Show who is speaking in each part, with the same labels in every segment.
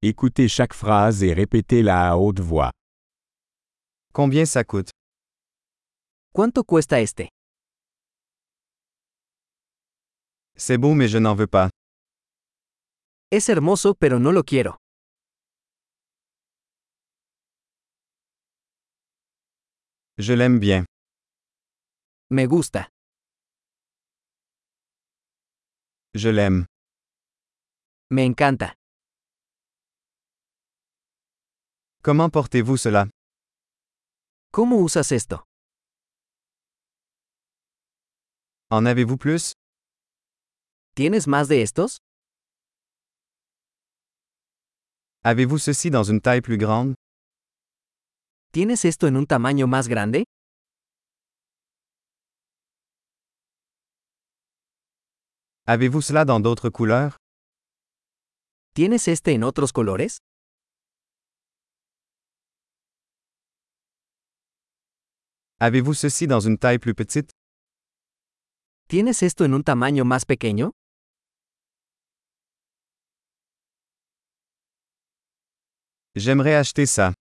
Speaker 1: Écoutez chaque phrase et répétez-la à haute voix.
Speaker 2: Combien ça coûte
Speaker 3: ¿Cuánto cuesta este?
Speaker 2: C'est beau mais je n'en veux pas.
Speaker 3: Es hermoso pero no lo quiero.
Speaker 2: Je l'aime bien.
Speaker 3: Me gusta.
Speaker 2: Je l'aime.
Speaker 3: Me encanta.
Speaker 2: Comment portez-vous cela
Speaker 3: ¿Cómo usas esto?
Speaker 2: En avez-vous plus
Speaker 3: ¿Tienes más de estos?
Speaker 2: Avez-vous ceci dans une taille plus grande
Speaker 3: ¿Tienes esto en un tamaño más grande?
Speaker 2: Avez-vous cela dans d'autres couleurs
Speaker 3: ¿Tienes este en otros colores?
Speaker 2: Avez-vous ceci dans une taille plus petite
Speaker 3: ¿Tienes esto en un tamaño más pequeño?
Speaker 2: J'aimerais acheter ça.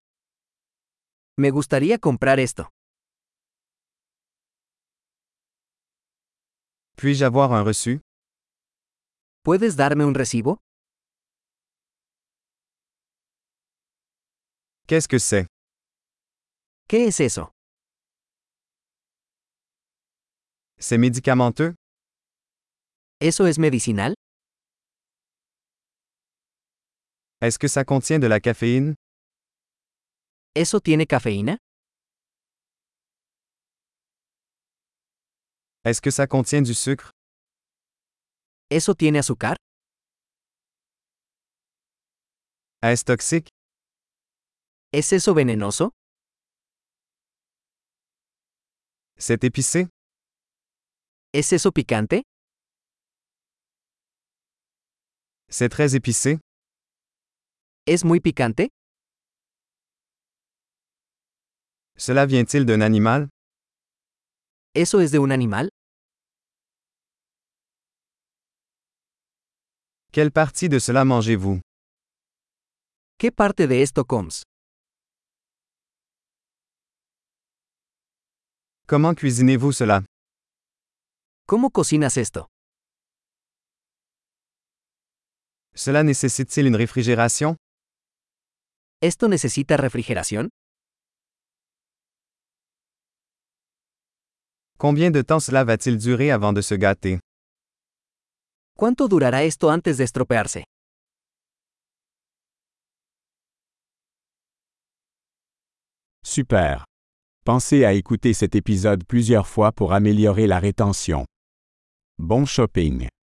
Speaker 3: Me gustaría comprar esto.
Speaker 2: Puis-je avoir un reçu
Speaker 3: ¿Puedes darme un recibo?
Speaker 2: Qu'est-ce que c'est
Speaker 3: ¿Qué es eso?
Speaker 2: C'est médicamenteux
Speaker 3: ¿Eso es medicinal?
Speaker 2: Est-ce que ça contient de la caféine
Speaker 3: ¿Eso tiene cafeína?
Speaker 2: Est-ce que ça contient du sucre
Speaker 3: ¿Eso tiene azúcar?
Speaker 2: Est-ce toxique
Speaker 3: ¿Es eso venenoso?
Speaker 2: C'est épicé
Speaker 3: ¿Es eso picante?
Speaker 2: C'est très épicé
Speaker 3: ¿Es muy picante?
Speaker 2: Cela vient-il d'un animal
Speaker 3: ¿Eso es de un animal?
Speaker 2: Quelle partie de cela mangez-vous
Speaker 3: ¿Qué parte de esto comes?
Speaker 2: Comment cuisinez-vous cela
Speaker 3: ¿Cómo cocinas esto?
Speaker 2: Cela nécessite-t-il une réfrigération
Speaker 3: ¿Esto necesita refrigeración?
Speaker 2: Combien de temps cela va-t-il durer avant de se gâter
Speaker 3: ¿Cuánto durará esto antes de estropearse?
Speaker 1: Super. Pensez à écouter cet épisode plusieurs fois pour améliorer la rétention. Bon shopping.